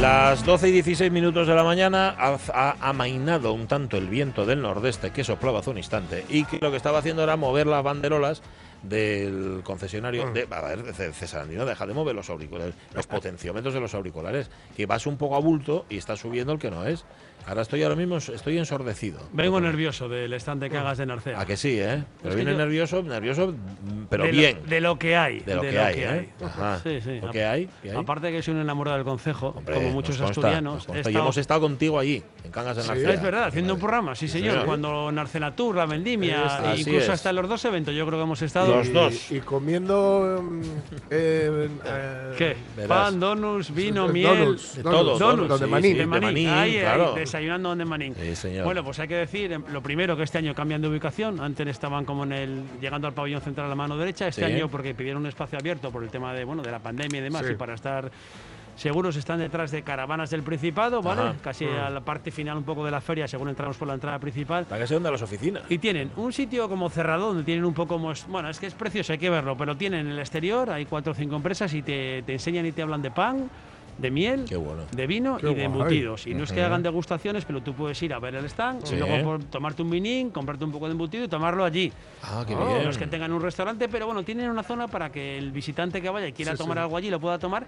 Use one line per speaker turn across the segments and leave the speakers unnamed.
Las 12 y 16 minutos de la mañana ha, ha amainado un tanto el viento del nordeste que soplaba hace un instante y que lo que estaba haciendo era mover las banderolas del
Mm.
concesionario de, a ver, C- César Andino, deja de mover los auriculares, los potenciómetros de los auriculares, que vas un poco a bulto y está subiendo el que no es. Ahora estoy ahora mismo estoy ensordecido.
Vengo nervioso del stand de cagas de Narcea.
A que sí, ¿eh? Pero
Es que
viene
yo-
nervioso, nervioso, mm, pero
de
bien.
Lo, de lo que hay.
De lo que hay, ¿eh? Ajá.
Sí, sí.
¿Lo que hay? ¿Qué hay?
Aparte que soy un enamorado del concejo,
Hombre,
como
nos
muchos
consta, nos
asturianos.
consta.
he
Y hemos
estado-
estado contigo allí, en Cangas de
Sí,
Narcea.
es verdad, haciendo un programa, sí, señor.
señor.
Cuando Narcea Tour, la Vendimia,
Así
incluso
es.
hasta los dos eventos, yo creo que hemos estado.
Los dos.
Y comiendo. mm, eh, eh,
¿Qué?
Verás.
Pan, donuts, vino,
Donuts,
miel.
donuts,
Todo,
Donuts,
los de
sí,
maní.
sí, de maní.
De maní,
Ahí, ahí,
claro.
desayunando donde maní.
Sí, señor.
Bueno, pues hay que decir, em, lo primero, que este año cambian de ubicación. Antes estaban como en el llegando al pabellón central a la mano derecha. Este
Sí.
año, porque pidieron un espacio abierto por el tema de, bueno, de la pandemia y demás,
Sí.
y para estar seguros están detrás de caravanas del Principado, ¿vale?
Ajá.
Casi a la parte final un poco de la feria, según entramos por la entrada principal.
Para que se onda las oficinas.
Y tienen un sitio como cerrado donde tienen un poco más. Bueno, es que es precioso, hay que verlo, pero tienen en el exterior, hay cuatro o cinco empresas y te, te enseñan y te hablan de pan, de miel,
Qué bueno.
de vino
Qué
y de
guay.
embutidos. Y no es que hagan degustaciones, pero tú puedes ir a ver el stand,
Sí.
y luego por- tomarte un vinín, comprarte un poco de embutido y tomarlo allí.
Ah, qué
No
bien.
es Oh, que tengan un restaurante, pero bueno, tienen una zona para que el visitante que vaya y quiera tomar algo allí lo pueda tomar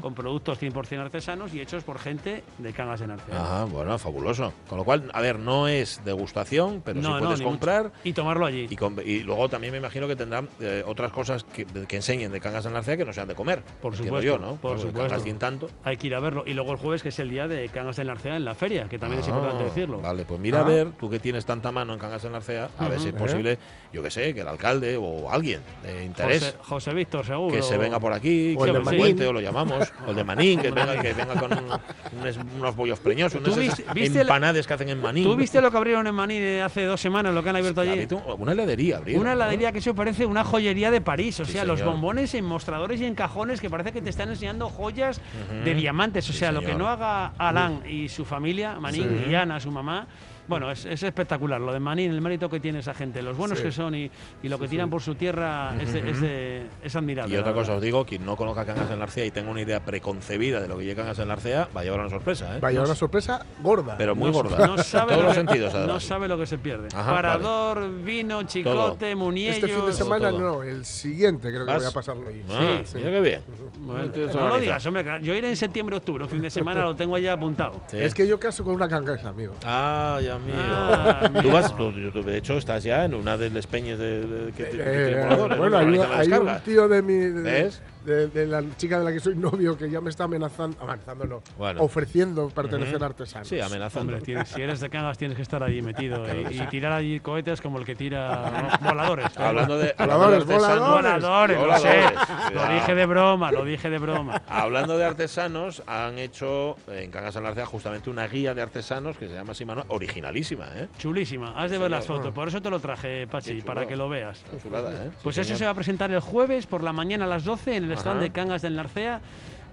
con productos 100% artesanos y hechos por gente de Cangas de Narcea.
Ah, bueno, fabuloso. Con lo cual, a ver, no es degustación, pero sí puedes
ni mucho.
comprar.
Y tomarlo allí.
Y, com- y luego también me imagino que tendrán eh, otras cosas que, que enseñen de Cangas de Narcea que no sean de comer.
Por
Entiendo
supuesto,
yo, ¿no?
por
Porque
supuesto.
Cangas tiene tanto.
Hay que ir a verlo. Y luego el jueves, que es el día de Cangas de Narcea en la feria, que también es
Ah,
importante decirlo. Ah.
Vale, pues mira a ver, tú que tienes tanta mano en Cangas de Narcea, a ver si es posible, yo que sé, que el alcalde o alguien de interés.
José, José Víctor, seguro.
que se venga por aquí,
O
que
el de
nos
Manín.
cuente, o lo llamamos, o el de Manín, que venga, que venga con un- unos, unos bollos preñosos,
¿Tú
unas esas
viste- viste la-
empanades que hacen en Manín.
¿Tú viste lo que abrieron en Maní de hace dos semanas, lo que han abierto allí?
Clarito, Una heladería, abrieron,
Una
¿no?
heladería que eso parece una joyería de París. O
Sí,
sea, los
señor.
bombones en mostradores y en cajones que parece que te están enseñando joyas de diamantes. O
Sí,
sea, lo que
señor.
no haga Alan y su familia, Manín y Ana, su mamá. Bueno, es, es espectacular lo de Manín, el mérito que tiene esa gente, los buenos que son y, y lo que tiran por su tierra es, de- es de- es admirable.
Y
la
otra
verdad.
cosa os digo, quien no conozca Cangas en Larcea y tenga una idea preconcebida de lo que llega Cangas en Larcea, va a llevar una sorpresa, ¿eh?
Vaya, una sorpresa gorda.
Pero muy
No-
gorda.
No
en
sabe,
todos
lo
los
que,
sentidos, además.
no sabe lo que se pierde.
Ajá,
Parador, vino, chicote, muñellos.
este fin de semana
todo.
no, el siguiente creo que
¿Vas?
voy a pasarlo ahí.
Ah,
Sí, sí.
Mira qué bien.
Bueno,
Tienes
no lo
organizado.
digas, hombre. claro, Yo iré en septiembre, octubre. Un fin de semana lo tengo ya apuntado.
Sí.
Es que yo caso con una cangresa, amigo.
Ah, ya mío.
Ah,
tú
amigo.
vas, tú- tú- de hecho, estás ya en una de las peñas de, de- que, te- que
Eh,
tiene voladores,
bueno,
¿no?
hay, un-
Organizan las
hay un
cargas.
tío de mi. De,
¿Ves?
de- de la chica de la que soy novio que ya me está amenazando, amenazando no,
Bueno.
ofreciendo pertenecer a artesanos.
Sí, amenazando.
Hombre, tienes- si eres de Cangas tienes que estar allí metido y, y tirar allí cohetes como el que tira voladores.
Hablando de
Voladores,
hablando de artesanos-
voladores, lo sé.
Voladores,
Lo
cuidado.
dije de broma, lo dije de broma.
Hablando de artesanos, han hecho eh, en Cangas de Narcea justamente una guía de artesanos que se llama así, Manuel, originalísima, ¿eh?
Chulísima, has de ver las fotos. Por eso te lo traje, Pachi,
chulo.
para que lo veas.
Una chulada, ¿eh?
Pues
Sí,
eso se
señor.
va a presentar el jueves por la mañana a las 12 en el stand
Ajá.
de Cangas del Narcea,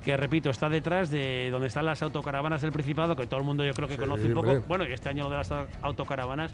que repito, está detrás de donde están las autocaravanas del Principado, que todo el mundo yo creo que conoce un poco.
hombre.
Bueno, y este año lo de las autocaravanas,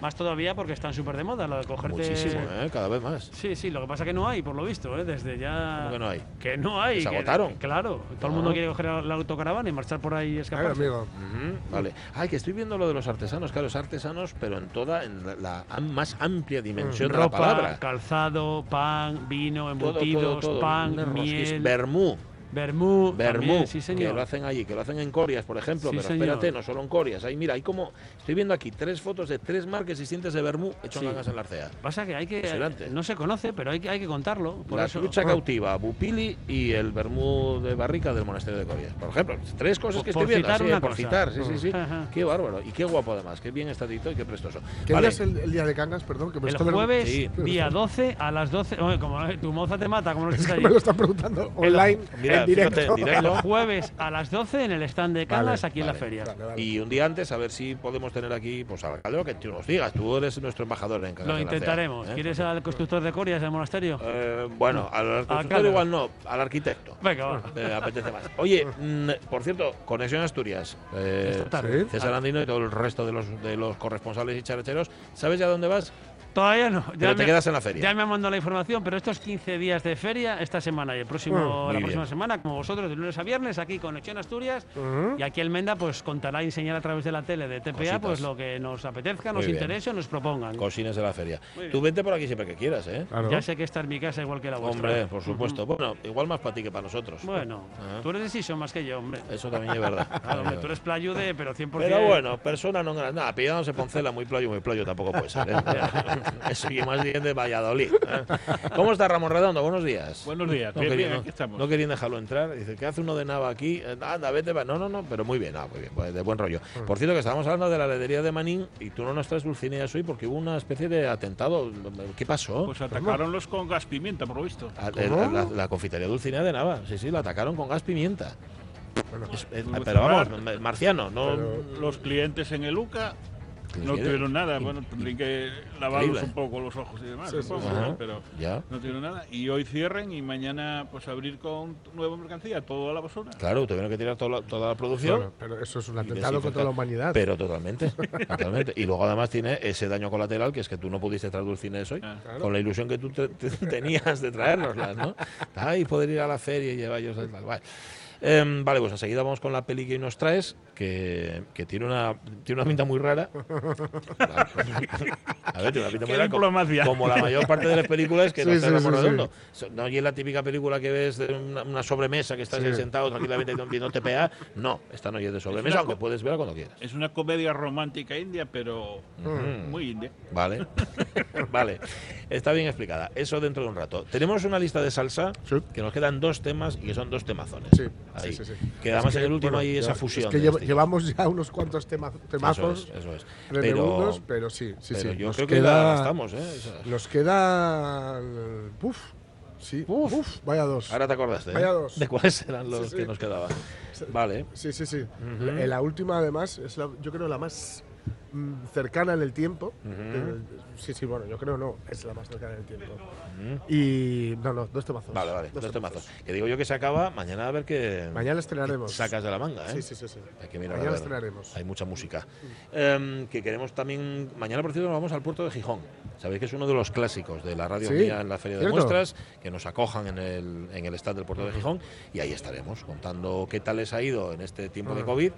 más todavía porque están súper de moda, lo de cogerte.
Muchísimo, ¿eh? Cada vez más.
Sí, sí, lo que pasa que no hay, por lo visto, ¿eh? desde ya.
¿Cómo que no hay?
Que no hay.
Que se
que-
agotaron. Ah.
claro, todo el mundo quiere coger la autocaravana y marchar por ahí y
Ay,
escaparse.
amigo.
Ujú, Vale. Ay, que estoy viendo lo de los artesanos, claro, los artesanos, pero en toda en la, la am- más amplia dimensión de la
Ropa,
palabra.
calzado, pan, vino,
Todo,
embutidos,
todo, todo.
pan,
Unas rosquillas.
miel.
Vermú.
Bermú.
Bermú,
también, sí,
que lo
señor.
hacen allí, que lo hacen en Corias, por ejemplo,
Sí,
pero
señor.
espérate, no solo en Corias. Ahí, mira, hay como, estoy viendo aquí tres fotos de tres marcas distintas de Bermú hecho
Sí.
en gangas en la arcea.
Pasa que hay que.
Impresionante.
No se conoce, pero hay que, hay que contarlo. Por
la
eso,
trucha cautiva, Bupili y el Bermú de Barrica del monasterio de Corias. Por ejemplo, tres cosas
Por-
que
por
estoy viendo.
citar
así,
una
por
cosa.
citar, sí, sí, sí.
Ajá.
Qué bárbaro. Y qué guapo además, qué bien estadito y qué prestoso.
¿Qué
Vale.
día es el, el día de Cangas? Perdón, que me
el
está-
jueves,
Sí.
día 12, a las 12. Oye, como eh, tu moza te mata, como lo
Es
estás
que
ahí.
me lo están preguntando online,
Mira,
en directo.
fíjate, en
El
directo.
jueves a las 12 en el stand de Cangas, aquí en la
vale,
feria.
Vale, vale.
Y un día antes, a ver si podemos tener aquí, pues al alcalde, lo que tú nos digas. Tú eres nuestro embajador en Cangas
Lo
de la Cea,
intentaremos.
¿eh?
¿Quieres al constructor de Corias del monasterio?
Eh, bueno, al arquitecto
Alcalde.
igual no, al arquitecto.
Venga, va.
Me apetece más. Oye, mm, por cierto, Conexión Asturias. eh,
Esta tarde. Ah.
¿sí?
César Andino y todo el resto de los, de los corresponsales y characheros. ¿Sabes ya dónde vas?
Todavía no.
Pero te quedas en la feria.
Ya me han mandado la información, pero estos 15 días de feria, esta semana y el próximo,
Mm,
la
muy
próxima
bien.
semana, como vosotros, de lunes a viernes, aquí Conexión Asturias.
Ujú.
Y aquí Almenda pues contará y enseñará a través de la tele de TPA
Cositas.
pues lo que nos apetezca,
Muy
nos
bien.
interese o nos propongan.
Cosines de la feria.
Muy bien.
Tú vente por aquí siempre que quieras, ¿eh?
Claro.
Ya sé que esta es mi casa igual que la vuestra.
Hombre, por supuesto. Bueno, igual más para ti que para nosotros.
Bueno,
Ah.
tú eres deciso más que yo, hombre.
Eso también es verdad.
Claro, hombre, tú eres playude, pero 100%.
Pero bueno, persona no grande. Nada, pillándose Poncela, muy playo, muy playo tampoco puede ser. ¿eh? Eso y más bien de Valladolid. ¿eh? ¿Cómo está Ramón Redondo? Buenos días.
Buenos días,
No
bien,
querían,
bien,
no-
aquí estamos.
no querían dejarlo entrar. Dice, ¿qué hace uno de Nava aquí? Eh, Anda, vete. va. No, no, no, pero muy bien, ah, muy bien, pues, de buen rollo.
Mm.
Por cierto, que estábamos hablando de la heredería de Manín y tú no nos traes Dulcinea Soy porque hubo una especie de atentado. ¿Qué pasó?
Pues atacaronlos con gas pimienta, por lo visto.
A- el-
¿Cómo?
la, la confitería Dulcinea de Nava, sí, sí, la atacaron con gas pimienta. Es- es-
Dulce
pero vamos,
Rar.
ma- marciano, no.
Pero-
Los clientes en el UCA no
Increíble.
tuvieron nada. Bueno, tendrían que lavarlos
Increíble.
un poco los ojos y demás,
Sí, sí,
supongo,
sí.
¿no?
Ajá.
pero
Ya.
no tuvieron nada. Y hoy cierren y mañana pues abrir con nueva mercancía, todo a la basura.
Claro, tuvieron que tirar toda la, toda la producción.
Claro, pero eso es un
y
atentado
desinfectar.
contra la humanidad.
Pero totalmente, totalmente. Y luego además tiene ese daño colateral que es que tú no pudiste traer dulcines hoy,
Ah.
Claro.
con la ilusión que tú te- te- tenías de traérnoslas, ¿no? Ay, poder ir a la feria y llevar ellos tal. Vale. Em, vale, pues enseguida vamos con la peli que hoy nos traes, que, que tiene, una, tiene una pinta muy rara. A ver, tiene una pinta muy
Qué
rara. Como,
diplomacia.
como la mayor parte de las películas que
Sí,
no
sí,
están
sí,
por
sí.
redondo. So- No, y es la típica película que ves de una, una sobremesa que estás
Sí.
ahí sentado tranquilamente viendo TPA. No, esta no es de sobremesa,
una
aunque
co-
puedes verla cuando quieras.
Es una comedia romántica india, pero
Ujú.
muy india.
Vale, vale, está bien explicada. Eso dentro de un rato. Tenemos una lista de salsa
Sí.
que nos quedan dos temas y que son dos temazones.
Sí,
Ahí.
sí, sí, sí.
Que además
Es que,
en el último
bueno,
hay
ya-
esa
es
fusión. de
que
este.
lleva-
estilos.
llevamos ya unos cuantos tema- temazos,
Eso es, eso es. Pero,
tremendos, pero sí, sí,
pero
sí.
yo
Nos
creo que la gastamos, ¿eh? Esa-
Nos queda. Uf, sí. Uf, vaya dos.
Ahora te acordaste ¿eh?
Vaya dos.
de cuáles eran los
Sí, sí.
que nos quedaban. Vale,
Sí, sí, sí. La- La última, además, es la- yo creo la más mm, cercana en el tiempo. Eh, Sí, sí, bueno, yo creo no, es la más cercana en el tiempo. Y. No, no, dos temazos.
vale, vale. Dos temazos. Que digo yo que se acaba mañana a ver qué
Mañana
qué
estrenaremos.
sacas de la manga, ¿eh?
Sí, sí, sí. sí.
Hay que mirar a
Mañana
ver.
estrenaremos. Mm.
Hay mucha música. Em, que queremos también. Mañana, por cierto, nos vamos al puerto de Gijón. Sabéis que es uno de los clásicos de la radio
Sí,
mía en la Feria de
cierto.
Muestras, que nos acojan en el, en el stand del puerto de Gijón. Y ahí estaremos contando qué tal les ha ido en este tiempo de COVID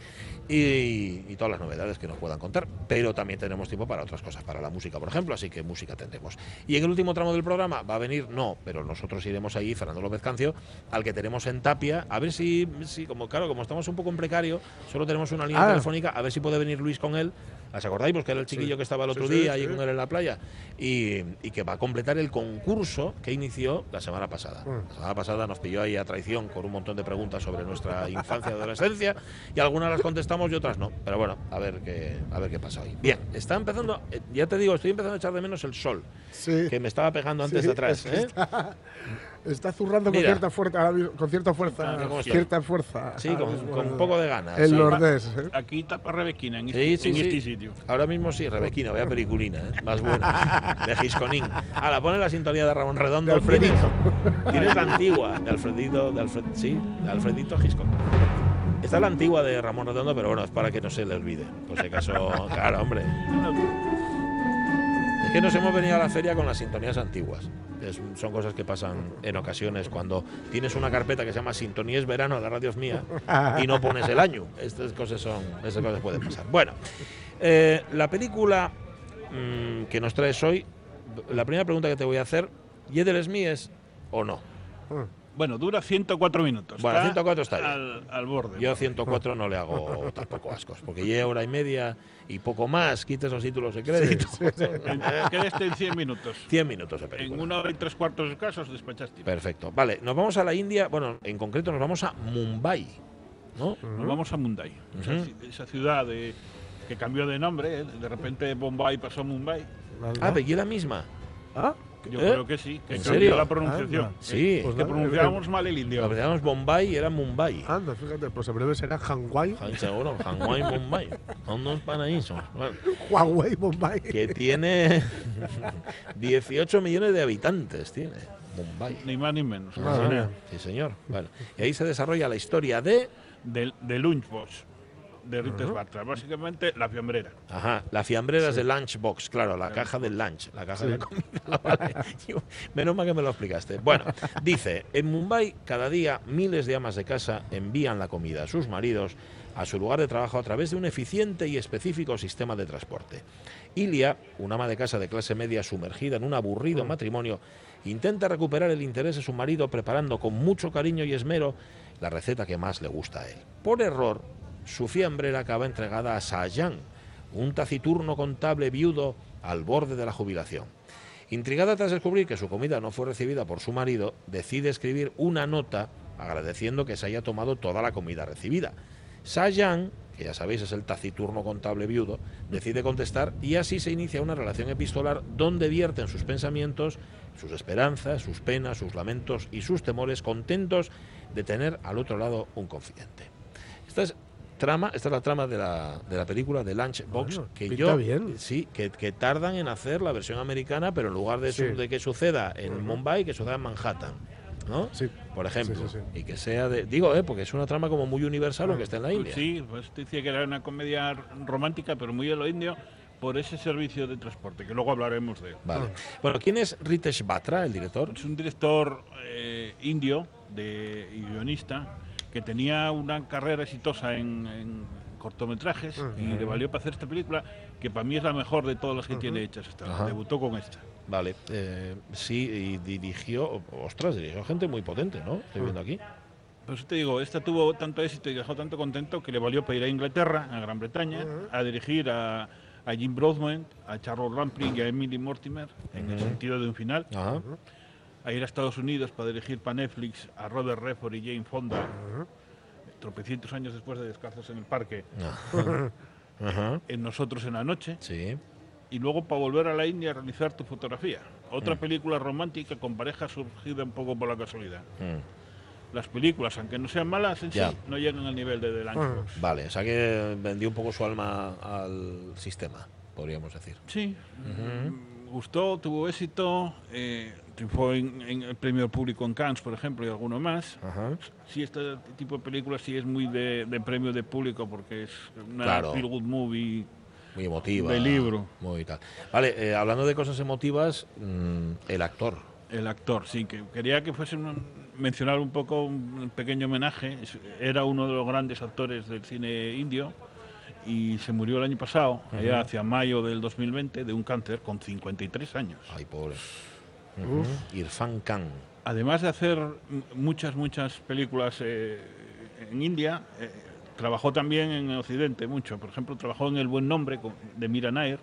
y, y todas las novedades que nos puedan contar. Pero también tenemos tiempo para otras cosas, para la música, por ejemplo, así que música tendremos. Y en el último tramo del programa va a venir, no, pero nosotros iremos ahí, Fernando López Cancio, al que tenemos en Tapia, a ver si, si como claro, como estamos un poco en precario, solo tenemos una línea
Ah.
telefónica, a ver si puede venir Luis con él. ¿Os acordáis? Pues que era el chiquillo que estaba el otro
Sí, sí,
día ahí
sí.
con él en la playa. Y, y que va a completar el concurso que inició la semana pasada.
Mm.
La semana pasada nos pilló ahí a traición con un montón de preguntas sobre nuestra infancia y adolescencia. Y algunas las contestamos y otras no. Pero bueno, a ver qué, a ver qué pasa hoy. Bien, está empezando, eh, ya te digo, estoy empezando a echar de menos el sol,
Sí.
que me estaba pegando antes
Sí,
de atrás.
es que
¿eh?
está, está zurrando con
Mira.
cierta fuerza, ahora mismo- con cierta fuerza,
Ah, ¿cómo está?
cierta fuerza.
Sí,
ahora
con,
mismo
con
el-
un poco de ganas.
El
sí.
nordés. ¿eh?
Aquí tapa Rebequina, en,
Sí,
este,
sí,
en
sí.
este sitio.
Ahora mismo sí, Rebequina, vaya peliculina, ¿eh? más buena, de Gisconín. Ahora, pone la sintonía de Ramón Redondo,
De
Alfredito.
Alfredito.
Tienes la antigua de Alfredito, de Alfred, sí, de Alfredito Giscón. Esta es la antigua de Ramón Redondo, pero bueno, es para que no se le olvide. Por si acaso, claro, hombre. Es que nos hemos venido a la feria con las sintonías antiguas. Es- son cosas que pasan en ocasiones cuando tienes una carpeta que se llama Sintonías Verano, la radio es mía, y no pones el año. Estas cosas son, esas cosas pueden pasar. Bueno, eh, la película mm, que nos traes hoy, la primera pregunta que te voy a hacer, ¿Yedel Smith es o no?
Mm.
Bueno, dura 104 minutos.
Bueno,
Está
104 está bien.
Al, al borde.
Yo 104 no le hago tampoco ascos, porque lleva hora y media y poco más, quita esos títulos de crédito.
Quedaste en 100 minutos.
100 minutos de
En
película.
una hora y tres cuartos de casos despachaste.
Perfecto. Vale, nos vamos a la India, bueno, en concreto nos vamos a Mumbai, ¿no?
Nos vamos a Mumbai, esa, ci- esa ciudad de- que cambió de nombre, ¿eh? de repente Bombay pasó a Mumbai.
Ah, pero ¿y es la misma?
Ah,
Yo
¿Eh?
creo que sí, que
¿En
cambió
serio? Ah,
la pronunciación. Eh,
Anda.
Sí. eh,
Pues
Que
nada,
pronunciábamos mal el indio.
Lo que llamamos Bombay era Mumbai.
Anda, fíjate, pues en breve será Hanwai,
Ay, Seguro, Hanwai, Mumbai. Son dos paraísos. Bueno,
Huawei, Bombay.
que tiene 18 millones de habitantes, tiene Mumbai.
Ni más ni menos.
Ah.
Madre mía.
Sí, señor. Bueno, y ahí se desarrolla la historia de
De, de Lunchbox, de Rites Bartra. Básicamente la fiambrera.
Ajá, la fiambrera es el lunchbox, claro, la caja del lunch, la caja de comida. Vale. Yo- Menos mal que me lo explicaste. Bueno, dice, en Mumbai cada día miles de amas de casa envían la comida a sus maridos a su lugar de trabajo a través de un eficiente y específico sistema de transporte. Ilia, una ama de casa de clase media sumergida en un aburrido matrimonio, intenta recuperar el interés de su marido preparando con mucho cariño y esmero la receta que más le gusta a él. Por error, su fiambrera acaba entregada a Sayan, un taciturno contable viudo al borde de la jubilación. Intrigada tras descubrir que su comida no fue recibida por su marido, decide escribir una nota agradeciendo que se haya tomado toda la comida recibida. Sayan, que ya sabéis es el taciturno contable viudo, decide contestar y así se inicia una relación epistolar donde vierten sus pensamientos, sus esperanzas, sus penas, sus lamentos y sus temores contentos de tener al otro lado un confidente. Esta es trama, esta es la trama de la, de la película de Lunchbox
Bueno,
que
pinta
yo
bien.
sí, que, que tardan en hacer la versión americana, pero en lugar de, su-
Sí.
de que suceda en Mumbai, que suceda en Manhattan. ¿no?
Sí.
Por ejemplo,
Sí, sí, sí.
y que sea de. Digo, eh, porque es una trama como muy universal, aunque está en la India.
Sí, pues decía que era una comedia r- romántica, pero muy a lo indio, por ese servicio de transporte, que luego hablaremos de él.
Vale.
Ah.
Bueno, ¿quién es Ritesh Batra, el director?
Es un director eh, indio de, y guionista que tenía una carrera exitosa en, en cortometrajes y le valió para hacer esta película, que para mí es la mejor de todas las que tiene hechas. Hasta ahora.
Ajá.
Debutó con esta.
Vale. eh, sí, y dirigió. Ostras, dirigió gente muy potente, ¿no? Estoy viendo aquí.
Por eso te digo, esta tuvo tanto éxito y dejó tanto contento que le valió para ir a Inglaterra, a Gran Bretaña, a dirigir a, a Jim Broadbent, a Charles Rampling y a Emily Mortimer, en el sentido de un final.
Ajá.
a ir a Estados Unidos para dirigir para Netflix a Robert Redford y Jane Fonda, tropecientos años después de Descalzos en el Parque,
Ajá.
en Nosotros en la Noche,
Sí.
y luego para volver a la India a realizar tu fotografía. Otra película romántica con pareja surgida un poco por la casualidad.
mm,
Las películas, aunque no sean malas en
Ya.
sí, no llegan al nivel de The Lunchbox.
Vale, o sea que vendió un poco su alma al sistema, podríamos decir.
Sí, mm, gustó, tuvo éxito, eh, triunfó en, en el premio público en Cannes, por ejemplo, y alguno más.
Ajá.
Sí, este tipo de películas sí es muy de, de premio de público porque es una
Claro.
feel good movie.
Muy emotiva.
De libro.
Muy tal. Vale, eh, hablando de cosas emotivas, mm, el actor.
El actor, sí, que quería que fuese un- mencionar un poco un pequeño homenaje. Es- Era uno de los grandes actores del cine indio y se murió el año pasado, allá hacia mayo del 2020, de un cáncer con 53 años.
Ay, pobre. Ujú. Irfan Khan.
Además de hacer m- muchas, muchas películas eh, en India, eh, trabajó también en Occidente mucho. Por ejemplo, trabajó en El Buen Nombre con- de Mira Nair,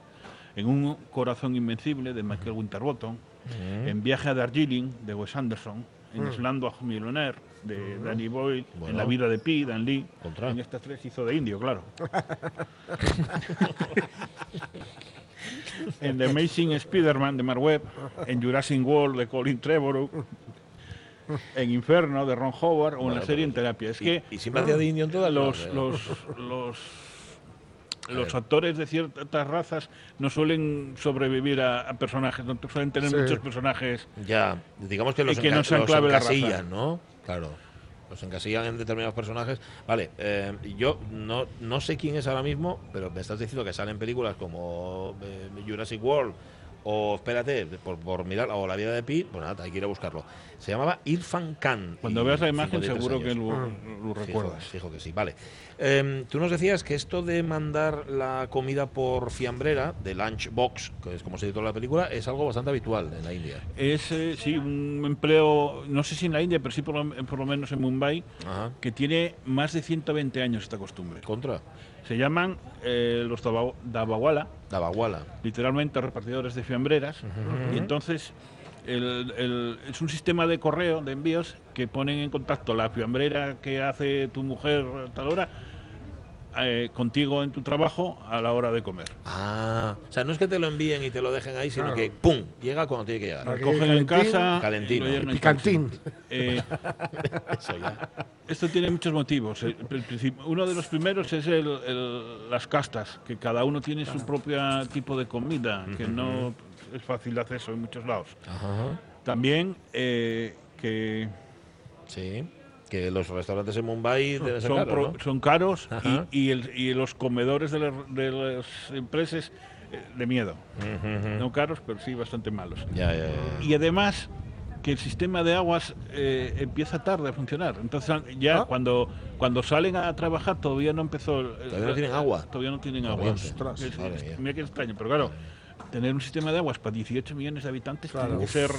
en Un Corazón Invencible de Michael Winterbottom, en Viaje a Darjeeling de Wes Anderson, en Islando a Millionaire de Danny Boyle, en
Mm. Bueno.
La Vida de Pi, Dan Lee.
Contra.
En estas tres hizo de indio, claro. en The Amazing Spider-Man de Mark Webb, en Jurassic World de Colin Trevorrow, en Inferno de Ron Howard o en
Vale,
la serie
pero-
en terapia. Es
y,
que
y siempre hacía de indio en todas
los,
las-
los, los, los actores de ciertas razas no suelen sobrevivir a, a personajes, no suelen tener
Sí.
muchos personajes.
Ya, digamos que los,
que no
enca-
sean
los
clave la
encasillan,
raza.
¿no? Claro. Los encasillan en determinados personajes. Vale, eh, yo no, no sé quién es ahora mismo, pero me estás diciendo que salen películas como eh, Jurassic World o espérate, por, por mirar, o La vida de Pi, pues nada, hay que ir a buscarlo. Se llamaba Irfan Khan.
Cuando
y
veas la imagen
53
seguro que
años.
lo, lo
Fijo,
recuerdas.
fijo que sí, vale. Em, tú nos decías que esto de mandar la comida por fiambrera, de lunchbox, que es como se titula la película, es algo bastante habitual en la India.
Es eh, sí, un empleo, no sé si en la India, pero sí por lo, por lo menos en Mumbai,
Ajá.
que tiene más de 120 años esta costumbre.
Contra
Se llaman eh, los daba- dabawala,
la baguala.
literalmente repartidores de fiambreras, y entonces el- el- es un sistema de correo, de envíos, que ponen en contacto la fiambrera que hace tu mujer a tal hora eh, contigo en tu trabajo a la hora de comer.
Ah, o sea, no es que te lo envíen y te lo dejen ahí, sino
Claro.
que ¡pum! llega cuando tiene que llegar.
Aquí
Cogen en
calentín,
casa,
calentino.
lo llevan en
Picantín.
Eh, Esto tiene muchos motivos. El- el princip- uno de los primeros es el, el- las castas, que cada uno tiene su propio tipo de comida, que no es fácil de acceso en muchos lados.
Ajá.
También eh, que
Sí. Que los restaurantes en Mumbai deben ser
son,
caros,
pro-
¿no?
son caros
Ajá.
y, y el- y los comedores de, las- de las empresas eh, de miedo. No caros, pero sí bastante malos.
Mm. Ya, ya, ya.
Y además que el sistema de aguas eh, empieza tarde a funcionar. Entonces ah,
Ah.
ya cuando, cuando salen a trabajar todavía no empezó... el-
Todavía no tienen agua.
Todavía no tienen agua.
Corriente. Ostras,
Es-
madre
es-
mía.
mira qué extraño, pero claro, tener un sistema de aguas para 18 millones de habitantes tiene que ser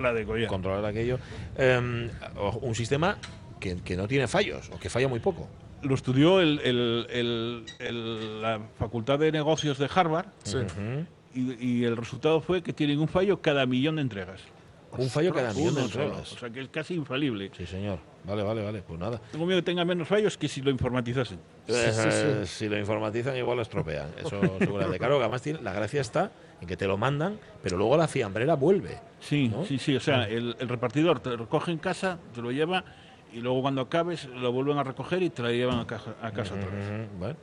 la de Goya.
Controlar aquello. Em, o- un sistema que, que no tiene fallos, o que falla muy poco.
Lo estudió el- el- el- el- la Facultad de Negocios de Harvard
Sí.
y, y el resultado fue que tienen un fallo cada millón de entregas.
Un fallo cada millón de
Uno solo.
entregas.
O sea que es casi infalible.
Sí, señor. Vale, vale, vale. Pues nada.
Tengo miedo que tenga menos fallos que si lo informatizasen.
Eh, Si lo informatizan, igual lo estropean. Eso seguramente. Claro, que además tiene- la gracia está en que te lo mandan, pero luego la fiambrera vuelve.
Sí,
¿no?
sí, sí. O sea, el, el repartidor te lo recoge en casa, te lo lleva y luego cuando acabes lo vuelven a recoger y te lo llevan a, caja- a casa otra vez.
Ujú, Vale,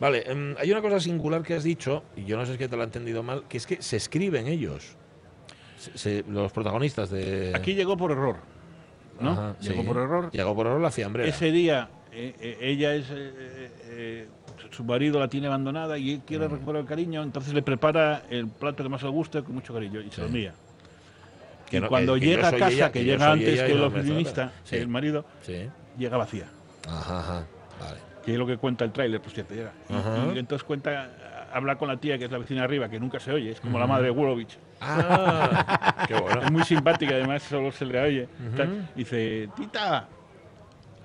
Vale, em, hay una cosa singular que has dicho, y yo no sé si es que te lo he entendido mal, que es que se escriben ellos, Se- se- los protagonistas de...
Aquí llegó por error. ¿no?
Ajá,
llegó
sí.
por error.
Llegó por error la fiambrera.
Ese día eh, eh, ella es. eh, eh, eh, su marido la tiene abandonada y él quiere recuperar el cariño, entonces le prepara el plato que más le gusta con mucho cariño y se lo envía.
Que
y
no-
cuando
que- que yo
llega a
soy
casa,
ella,
que,
que yo
llega
soy
antes
ella y
que el
no me trata.
oficinista,
Sí.
el marido,
Sí.
llega vacía.
Ajá, ajá. Vale.
que es lo que cuenta el tráiler, pues que te llega. Y-
Ajá.
Y, entonces cuenta, habla con la tía, que es la vecina de arriba, que nunca se oye, es como la madre de Wolowicz.
Ah, qué bueno.
Es muy simpática, además solo se le oye. Tal. Y dice, tita,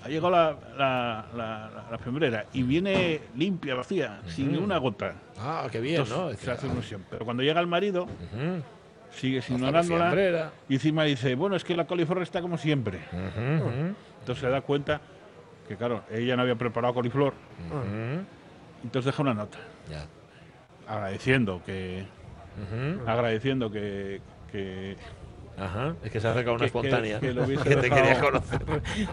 ha llegado la, la, la, la- la fiambrera y viene limpia, vacía, sin una gota.
Ah, qué bien,
Entonces,
¿no?
se hace ilusión. Pero cuando llega el marido,
Ujú.
sigues
Hasta la
ignorándola
fiambrera.
y encima dice, bueno, es que la coliflor está como siempre.
Ujú, ujú.
Entonces se da cuenta que, claro, ella no había preparado coliflor.
Ujú.
Entonces deja una nota.
Ya.
agradeciendo que
Ujú.
agradeciendo que, que-
Ajá, es que se ha sacado una
Que- que-
espontánea
que lo
que,
hubiese
te
dejado.
quería conocer.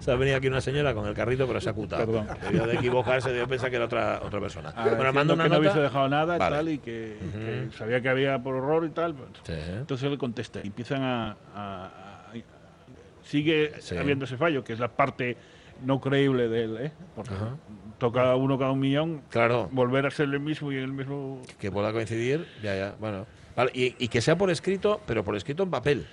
Se ha venido aquí una señora con el carrito, pero se ha cutado.
Perdón.
Debió de equivocarse, debió pensar que era otra, otra persona. Bueno,
agradeciendo
manda una
Ah, que no
nota.
hubiese dejado nada y
Vale.
tal y que, que sabía que había por horror y tal pues.
Sí.
entonces le contesta y empiezan a, a- a- sigue
Sí.
habiendo ese fallo que es la parte no creíble de él ¿eh? porque toca uno cada un millón
Claro,
volver a ser el mismo y el mismo
que pueda coincidir, ya, ya, bueno. Vale, y, y que sea por escrito, pero por escrito en papel.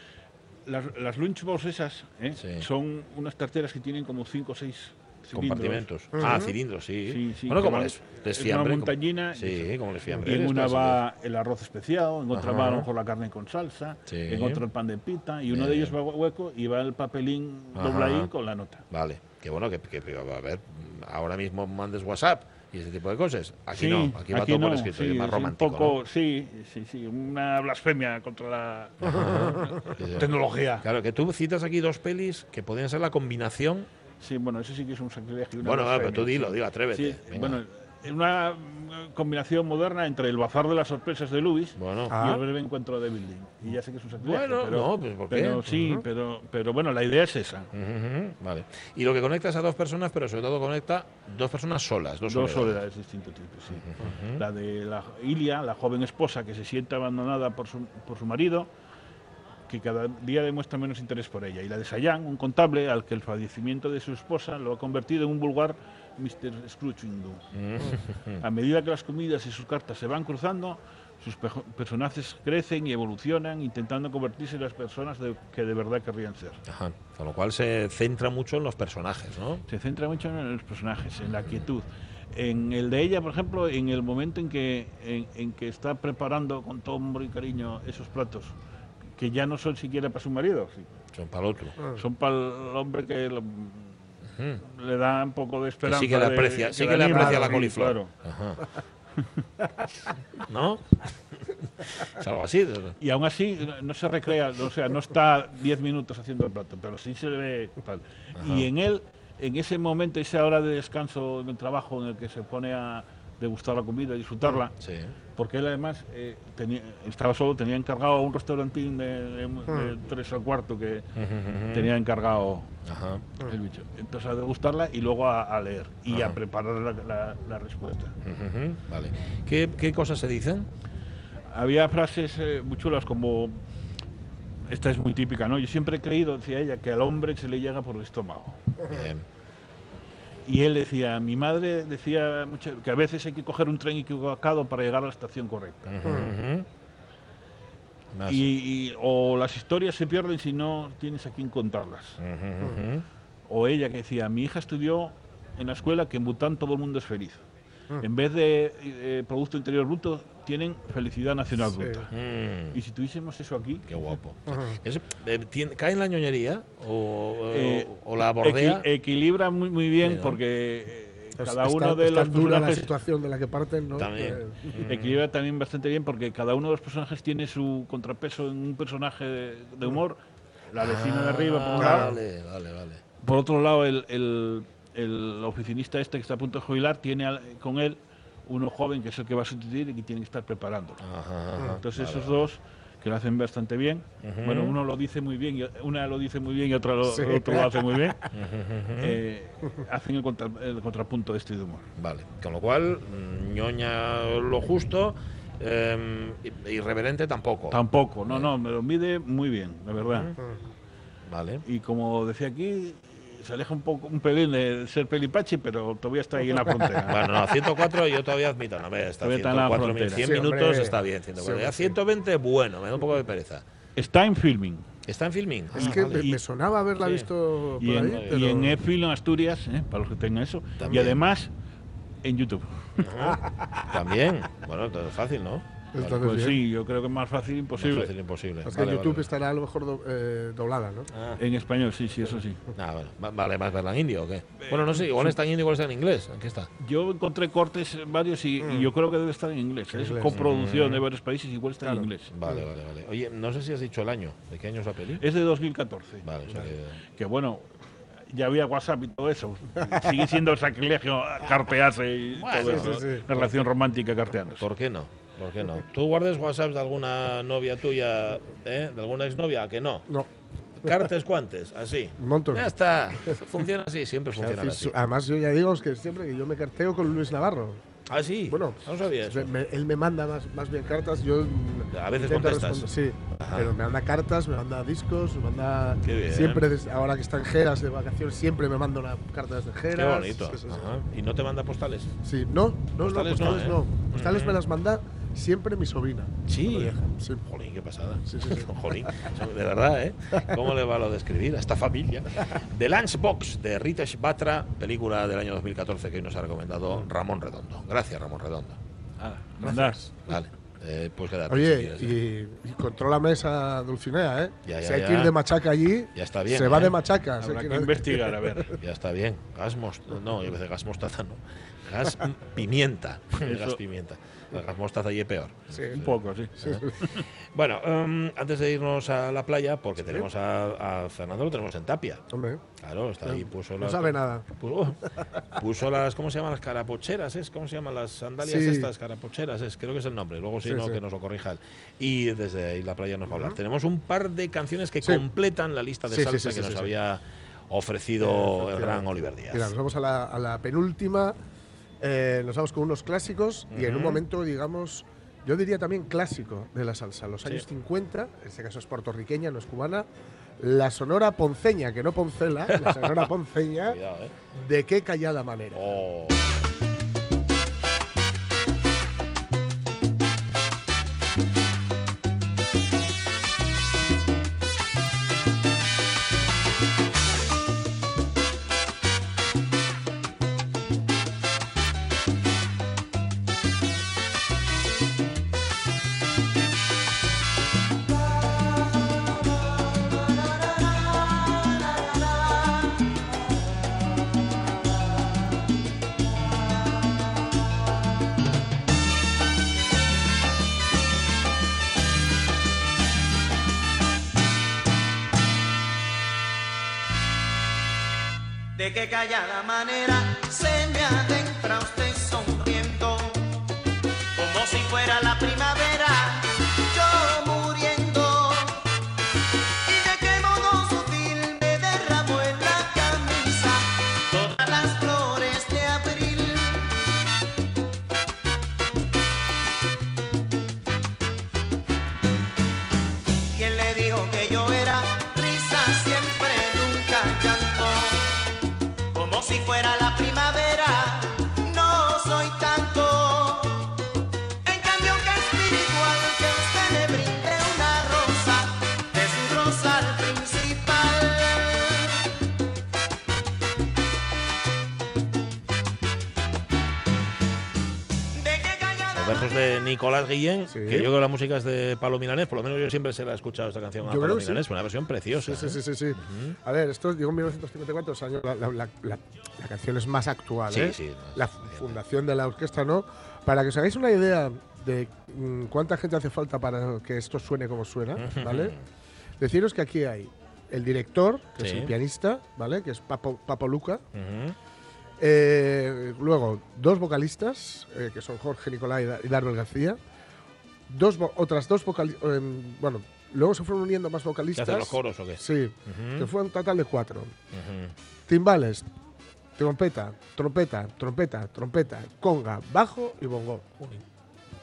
las, las lunchbox esas ¿eh?
Sí.
son unas tarteras que tienen como cinco o seis cilindros.
Compartimentos. Ah, cilindros, sí.
Sí, sí,
bueno,
que
como
van-
les, les
es una
fiambre. como-
montañina.
Sí, como les fiambre.
Y en
les
una
puede
va el arroz especiado, en otra va a
Ajá.
lo mejor la carne con salsa,
Sí.
en otra el pan de pita, y uno de
Bien.
ellos va hueco y va el papelín
Ajá.
dobladín con la nota.
Vale, que bueno, que, que- que, a ver, ahora mismo mandes WhatsApp y ese tipo de cosas. Aquí
Sí,
no, aquí va todo por
no,
escrito,
sí,
y es más
es un
romántico.
poco, sí, sí, sí, una blasfemia contra la
¿no? Sí, sí.
tecnología.
Claro, que tú citas aquí dos pelis que podrían ser la combinación.
Sí, bueno, eso sí que es un sacrilegio. una
bueno, va, pero
blasfemia,
tú dilo,
sí.
dilo, atrévete.
Sí,
venga.
bueno, es una mm, combinación moderna entre el bazar de las sorpresas de Lubis
Bueno.
Ah.
y el breve encuentro de Building. Y ya sé que es un sacrilegio.
Bueno,
pero,
no, pues, ¿por qué?
pero sí,
Ujú.
pero, pero bueno, la idea es esa.
Ujú, vale. Y lo que conectas a dos personas, pero sobre todo conecta dos personas solas, dos,
Dos
soledades.
soledades distintos tipos, sí. La de la Ilia, la joven esposa que se siente abandonada por su, por su marido, que cada día demuestra menos interés por ella. Y la de Sayan, un contable al que el fallecimiento de su esposa lo ha convertido en un vulgar
Mm.
Mr. Scrooge hindú. A medida que las comidas y sus cartas se van cruzando, Sus pejo- personajes crecen y evolucionan intentando convertirse en las personas de- que de verdad querrían ser.
Ajá. Con lo cual se centra mucho en los personajes, ¿no?
Se centra mucho en los personajes, en la quietud. En el de ella, por ejemplo, en el momento en que, en, en que está preparando con todo amor y cariño esos platos, que ya no son siquiera para su marido, sí,
Son para otro.
son para el hombre que lo- le da un poco de
Que
esperanza.
sí que le
de-
aprecia,
que
sí
le
que le
anima,
aprecia la
sí,
coliflor.
claro.
Ajá. ¿No? Es algo así. de-
Y aún así no se recrea, o sea, no está 10 minutos haciendo el plato, pero sí se le ve tal. Y en él, en ese momento, esa hora de descanso en el trabajo en el que se pone a degustar la comida, a disfrutarla,
Sí.
porque él además eh, tenía- estaba solo, tenía encargado a un restaurantín de, de- de tres al cuarto que tenía encargado
Ajá.
el bicho. Entonces a degustarla y luego a, a leer y a preparar la, la- la respuesta.
Ujú, Vale. ¿Qué, qué cosas se dicen?
Había frases eh, muy chulas como, esta es muy típica, ¿no? Yo siempre he creído, decía ella, que al hombre se le llega por el estómago.
Bien.
Y él decía, mi madre decía mucho- que a veces hay que coger un tren equivocado para llegar a la estación correcta.
Ujú, Ah, ujú. Más.
Y, y- o las historias se pierden si no tienes a quién contarlas.
Ujú, ujú.
O ella que decía, mi hija estudió en la escuela que en Bután todo el mundo es feliz.
Ah.
En vez de eh, Producto Interior Bruto, tienen Felicidad Nacional
Sí.
Bruta.
Mm,
Y si tuviésemos eso aquí,
Qué guapo. Es- eh, tien- ¿Cae en la ñoñería? ¿O,
eh,
o- o la bordea?
equi- equilibra muy, muy bien
Mira.
porque eh,
Es-
cada
Pues está-
uno de
está
los
dura la
personajes
situación de la que parten, ¿no?
También.
Eh,
equilibra también bastante bien porque cada uno de los personajes tiene su contrapeso en un personaje de, de humor. La vecina de arriba, por un
Ah,
lado,
Vale, vale, vale.
Por otro lado, el, el- el oficinista este que está a punto de jubilar tiene al- con él uno joven que es el que va a sustituir y que tiene que estar preparándolo.
Ah, Ajá, ajá.
Entonces esos dos que lo hacen bastante bien. Bueno, uno lo dice muy bien, y una lo dice muy bien y otra lo,
Sí.
otro lo hace muy bien. eh, hacen el, contra- el contrapunto de este humor.
Vale, con lo cual, mm, ñoña lo justo, em, i- irreverente tampoco.
Tampoco, no, no, me lo mide muy bien, la verdad.
vale.
Y como decía aquí, se aleja un poco, un pelín de ser pelipachi, pero todavía está ahí en la frontera.
Bueno, no, 104 yo todavía admito, no, hombre, está
Todavía está en la
104,
frontera.
100
Sí, hombre.
minutos está bien, 104.
Sí,
Ya
hombre, sí.
120, bueno, me da un poco de pereza.
Está en filming.
¿Está en filming?
Es
Ah,
que
vale.
me, me sonaba haberla
Sí.
visto por
Y en,
ahí,
y
pero
en Effil, en Asturias, ¿eh? para los que tengan eso.
También.
Y además, en YouTube.
También. Bueno, todo es fácil, ¿no?
entonces
Pues
bien.
sí, yo creo que es más fácil imposible.
Más fácil imposible.
Es que en
Vale,
YouTube
vale.
estará a lo mejor do- eh, doblada, ¿no?
Ah.
En español, sí, sí, eso sí.
Ah, bueno. Va- Vale, ¿más verla en indio o qué? Bueno, no sé, igual está en indio, igual está en inglés. Aquí está.
Yo encontré cortes eh, varios y, y yo creo que debe estar en inglés. ¿eh? Es
Mm. inglés.
coproducción de varios países, igual está en inglés.
Vale, vale, vale. Oye, no sé si has dicho el año. ¿De qué año es la peli?
Eh,
Es de 2014.
Vale, o sea que...
Que bueno, ya había WhatsApp y todo eso. Sigue siendo sacrilegio carpearse y todo
sí,
eso.
sí, sí.
Relación romántica carteana.
¿Por qué no? ¿Por qué no? ¿Tú guardas WhatsApp de alguna novia tuya, eh? de alguna exnovia? ¿A que no?
No.
Cartes cuantes, así.
Un montón.
Ya está. Funciona así, siempre funciona
Es
así.
decir, Además, yo ya digo es que siempre que yo me carteo con Luis Navarro.
Ah, sí.
Bueno,
no sabía eso.
me- me- él me manda más, más bien cartas, yo. mm,
A veces
intento
contestas.
responder, Sí, pero me manda cartas, me manda discos, me manda.
Qué bien.
Siempre, des- ahora que está en Geras de vacaciones, siempre me manda una carta desde Geras.
Qué bonito.
Sí, sí, sí.
Ajá. ¿Y no te manda postales?
Sí, no, no, no,
Postales
postales
no,
no.
¿eh?
Postales me las manda siempre mi sobrina.
Sí.
cuando viaja. Sí.
Jolín, qué pasada.
Sí, sí, sí.
Jolín, de verdad, ¿eh? ¿Cómo le va lo de escribir a esta familia? The Lunchbox, de Ritesh Batra, película del año 2014 que hoy nos ha recomendado Ramón Redondo. Gracias, Ramón Redondo.
Ah, mandar.
Vale, eh, pues quédate. si
Oye,
quieres, ¿eh?
y, y contrólame esa Dulcinea, ¿eh?
Ya, ya,
si hay
ya.
que ir de machaca allí,
Ya está bien,
se va
¿eh?
de machaca. se
Habrá que
quiere-
investigar, a ver.
Ya está bien. Gas mostaza. No, yo pensé gas mostaza no. Gas m- pimienta. Gas
Eso.
pimienta. El Gas mostaza y es peor.
Sí.
Un poco, sí.
Bueno, em, antes de irnos a la playa, porque tenemos a, a Fernando, lo tenemos en Tapia.
Hombre,
Claro, está ahí, puso
no
las.
sabe nada.
Puso, puso las. ¿Cómo se llaman las carapocheras? ¿Es? ¿Cómo se llaman las sandalias
Sí.
estas? Carapocheras, es. Creo que es el nombre. Luego, si
Sí,
no,
sí.
que nos lo corrija él. Y desde ahí la playa nos va a hablar. Tenemos un par de canciones que
Sí.
completan la lista de
Sí, sí,
salsa
sí,
que
sí,
nos
sí, sí.
había ofrecido el
Eh, Efectivamente.
gran Oliver Díaz.
Mira, nos vamos a la, a la penúltima. eh, nos vamos con unos clásicos y en un momento, digamos, yo diría también clásico de la salsa. Los años 50, en este caso es puertorriqueña, no es cubana. La sonora ponceña, que no poncela, la sonora ponceña,
Cuidado, ¿eh?
de qué callada manera.
Oh.
De qué callada manera se me adentra usted sonriendo, como si fuera la primavera, yo muriendo. Y de qué modo sutil me derramó en la camisa todas las flores de abril. ¿Quién le dijo que yo era risa siempre, nunca llanto? Como si fuera la primavera, no soy tanto. En cambio que espiritual que usted le brinde una rosa, es su rosal principal. ¿De qué callada
Los versos de Nicolás Guillén,
Sí.
que yo creo que la música es de Pablo Milanés, por lo menos yo siempre se la he escuchado esta canción a
Yo
Pablo
creo que sí.
Milanés, una versión preciosa.
Sí, sí,
¿eh?
sí, sí, sí. A ver, esto llegó en 1954, o sea, la, la- la- la- la canción es más actual,
Sí,
¿eh?
sí, más
la
reciente.
fundación de la orquesta, ¿no? Para que os hagáis una idea de mm, cuánta gente hace falta para que esto suene como suena, ¿vale? Deciros que aquí hay el director, que es
Sí.
el pianista, ¿vale? Que es Papo, Papo Luca.
Ujú.
Eh, luego, dos vocalistas, eh, que son Jorge Nicolai y Da- y Darwin García. Dos vo- otras dos vocalistas. bueno, luego se fueron uniendo más
¿Qué
vocalistas.
hacen los coros o qué?
Sí,
Ujú.
que fue un total de cuatro.
Ujú.
Timbales, trompeta, trompeta, trompeta, trompeta, conga, bajo y bongo.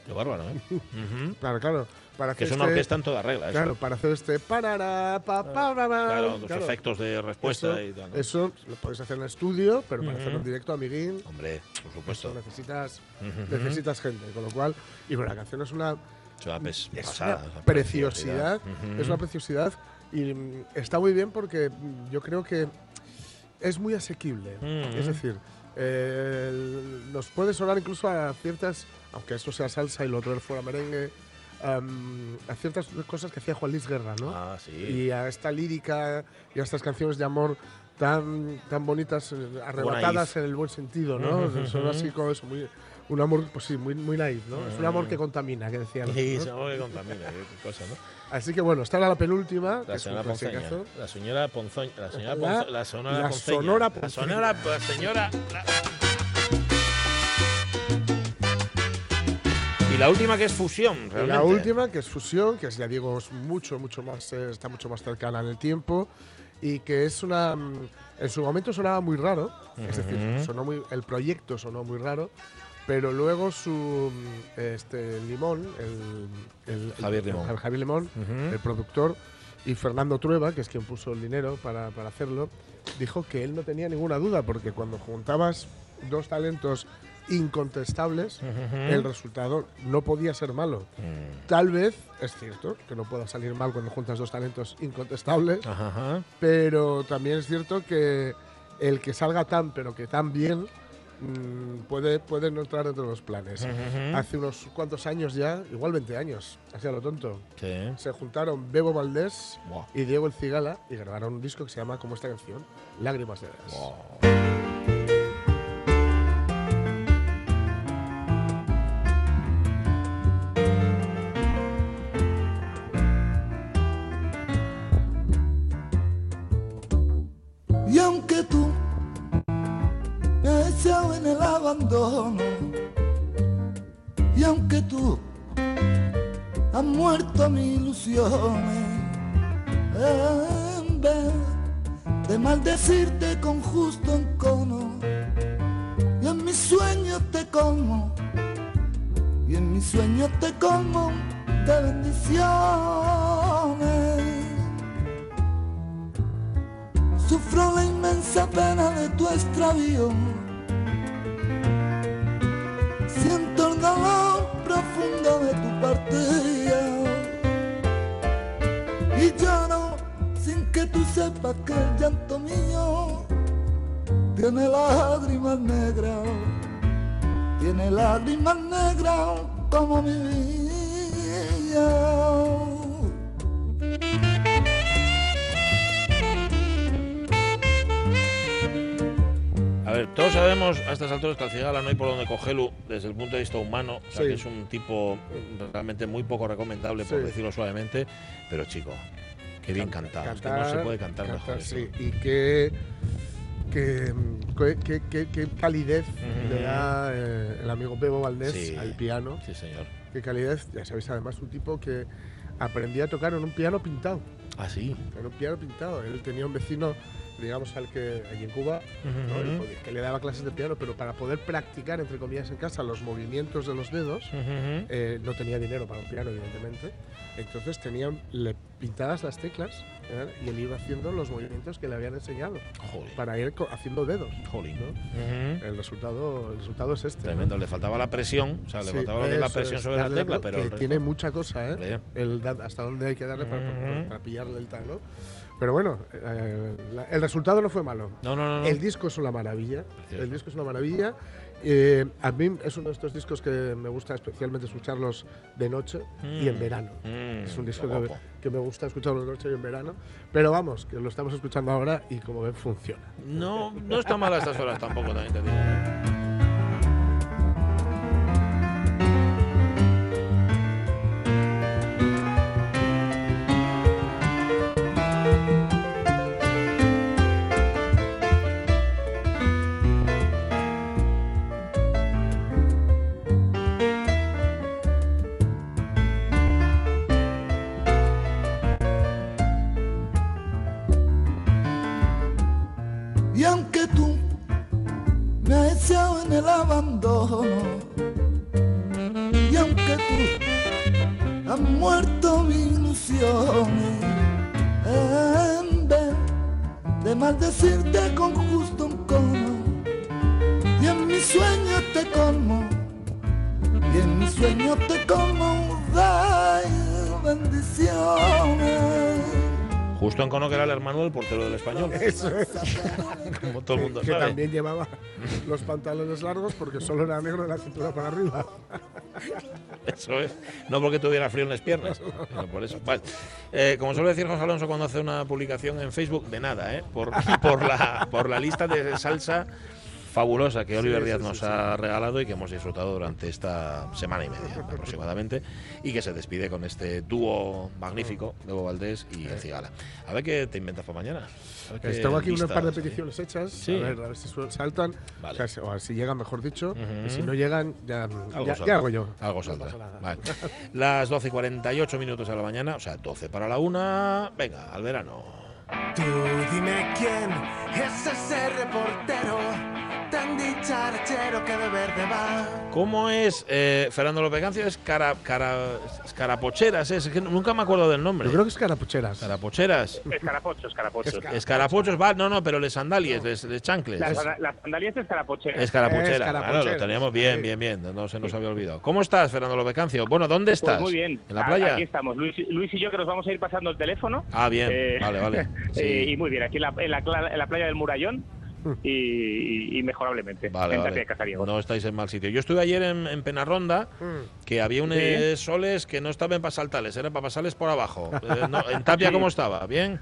Qué bárbaro, ¿eh? Ujú.
Claro, claro. Para
Que
hacer
es una
este-
orquesta en toda regla. eso.
Claro, para hacer este parara, pa, pa, ra, ra,
Claro, los
claro.
efectos de respuesta
Eso,
y tal. ¿no?
eso lo podéis hacer en el estudio, pero para hacerlo en directo, amiguín,
Hombre, por
eso
supuesto.
necesitas, necesitas gente. Con lo cual, y bueno, la canción es una,
Es una pes-
es
pasada,
una
es una
preciosidad,
preciosidad.
es una preciosidad y mm, está muy bien porque mm, yo creo que es muy asequible.
Ujú.
Es decir, eh, el- nos puede sonar incluso a ciertas, aunque esto sea salsa y lo otro fuera merengue, am, a ciertas cosas que hacía Juan Luis Guerra, ¿no?
Ah, sí.
Y a esta lírica y a estas canciones de amor tan, tan bonitas, eh, arrebatadas en el buen sentido, ¿no?
Ujú,
Son
ujú.
así como eso, muy, un amor, pues sí, muy, muy naif, ¿no? Es un amor que contamina, que decían.
Sí,
¿no?
se me que contamina, ¿eh? qué cosa, ¿no?
Así que bueno, esta era la penúltima. que
La
es un
señora Ponceña.
clasicazo.
este La señora Ponceña. La señora
La-
Ponce- La sonora
la
Ponceña.
sonora
La
Ponceña.
sonora, la señora. la- Y la última que es fusión,
Y
realmente.
La última, que es Fusión, que es, ya digo, es mucho, mucho más, eh, está mucho más cercana en el tiempo y que es una... mm, En su momento sonaba muy raro, es decir, sonó muy, el proyecto sonó muy raro, pero luego su... mm, Este, Limón, el, el-
Javier
el-
Limón.
el Javier Limón, el productor, y Fernando Trueba, que es quien puso el dinero para, para hacerlo, dijo que él no tenía ninguna duda, porque cuando juntabas dos talentos incontestables,
Mm.
el resultado no podía ser malo. Tal vez, es cierto, que no pueda salir mal cuando juntas dos talentos incontestables,
Ajá, ajá.
pero también es cierto que el que salga tan, pero que tan bien, mm, puede, puede no entrar dentro de los planes. Hace unos cuantos años ya, igual 20 años, hacia lo tonto,
Sí.
se juntaron Bebo Valdés
Buah.
y Diego El Cigala y grabaron un disco que se llama, como esta canción, Lágrimas de Gas.
Y aunque tú me has echado en el abandono, y aunque tú has muerto mis ilusiones, en vez de maldecirte con justo encono, y en mis sueños te como, y en mis sueños te como de bendiciones sufro la inmensa pena de tu extravío. Siento el dolor profundo de tu partida y lloro sin que tú sepas que el llanto mío tiene lágrimas negras, tiene lágrimas negras como mi vida.
A ver, todos sabemos a estas alturas que al Cigala no hay por dónde cogerlo desde el punto de vista humano, o sea
Sí.
que es un tipo realmente muy poco recomendable, por
Sí.
decirlo suavemente, pero chico, qué bien cantado, es que no se puede cantar, mejor.
sí.
eso.
Y qué, que, mm, que- que- que- que calidez le da eh, el amigo Bebo Valdés
Sí.
al piano.
Sí, señor.
Qué calidez, ya sabéis, además, un tipo que aprendía a tocar en un piano pintado.
Ah, sí.
Era un piano pintado. Él tenía un vecino, digamos, al que allí en Cuba, ¿no? El
Ujú.
que le daba clases de piano, pero para poder practicar, entre comillas, en casa los movimientos de los dedos,
Ujú.
eh, no tenía dinero para un piano, evidentemente. Entonces tenían le pintadas las teclas ¿eh? y él iba haciendo los movimientos que le habían enseñado
Jolín.
para ir co- haciendo dedos.
Jolín.
¿no?
Ujú.
El resultado, el resultado es este.
Tremendo, le faltaba la presión, o sea, le
Sí,
faltaba la
eso
presión
es,
sobre la
darle
tecla,
la-
pero
que
el resto-
tiene mucha cosa, ¿eh?
Hombre.
El da- hasta dónde hay que darle para, para-
Ujú.
para pillarle el tal, ¿no? Pero bueno, eh, la- el resultado no fue malo.
No, no, no. no.
El disco es una maravilla.
Precioso.
El disco es una maravilla. Eh, a mí es uno de estos discos que me gusta especialmente escucharlos de noche y en
Mm.
verano.
Mm,
es un disco
qué
que,
guapo.
que me gusta escucharlo de noche y en verano. Pero vamos, que lo estamos escuchando ahora y como ven funciona.
No, no está mal a estas horas tampoco, también te digo. ¿eh?
Y aunque tú me has echado en el abandono, y aunque tú has muerto mi ilusión, en vez de maldecirte con justo un cono, y en mis sueños te colmo, y en mis sueños te colmo de bendiciones.
Justo en Cono, que era el hermano del portero del español,
Eso es.
como todo el mundo
que
sabe.
también llevaba los pantalones largos porque solo era negro de la cintura para arriba.
Eso es. No porque tuviera frío en las piernas. sino por eso. Vale. Eh, como suele decir José Alonso cuando hace una publicación en Facebook, de nada, ¿eh? Por, por, la, por la lista de salsa fabulosa que Oliver
sí,
Díaz
sí,
nos
sí.
ha regalado y que hemos disfrutado durante esta semana y media aproximadamente. Y que se despide con este dúo magnífico, Bebo Valdés y El Cigala. A ver qué te inventas para mañana. A ver qué
Pues Tengo aquí unas
listas,
par de
¿eh?
peticiones hechas.
Sí.
A ver, a ver si su- saltan.
Vale.
O, sea, si- o si llegan, mejor dicho.
Ujú.
Y si no llegan, ya,
Algo
ya-
saldrá.
ya hago yo.
Algo saldrá. Vale. Las 12 y 48 minutos de la mañana, o sea, 12 para la una. Venga, al verano.
Tú dime quién es ese reportero tan dicharachero que de verde va.
¿Cómo es eh, Fernando López Cancio? Es cara, cara, es carapocheras, es, es que nunca me acuerdo del nombre.
Yo creo que es carapucheras.
Carapocheras.
Escarapocho, escarapocho.
Escarapochos, va, no, no, pero les sandalias, les, les chancles.
Las,
Es-
las sandalias escarapocheras.
Escarapucheras,
Escarapucheras,
claro, lo teníamos bien,
sí.
bien, bien, no se nos había olvidado. ¿Cómo estás, Fernando López Cancio? Bueno, ¿dónde
Pues
estás?
muy bien.
¿En la
A-
playa?
Aquí estamos. Luis, Luis y yo que nos vamos a ir pasando el teléfono.
Ah, bien,
Eh,
vale, vale.
eh, y
Sí. Mm.
muy bien, aquí en la, en la cla- en la playa del Murallón y, y- y mejorablemente.
Vale,
en
vale.
Tapia de Casariego.
No estáis en mal sitio. Yo estuve ayer en, en Penarronda,
Mm.
que había unos
Sí.
soles que no estaban para saltales, eran para pasarles por abajo. Eh, no, ¿En Tapia
Sí.
cómo estaba? ¿Bien?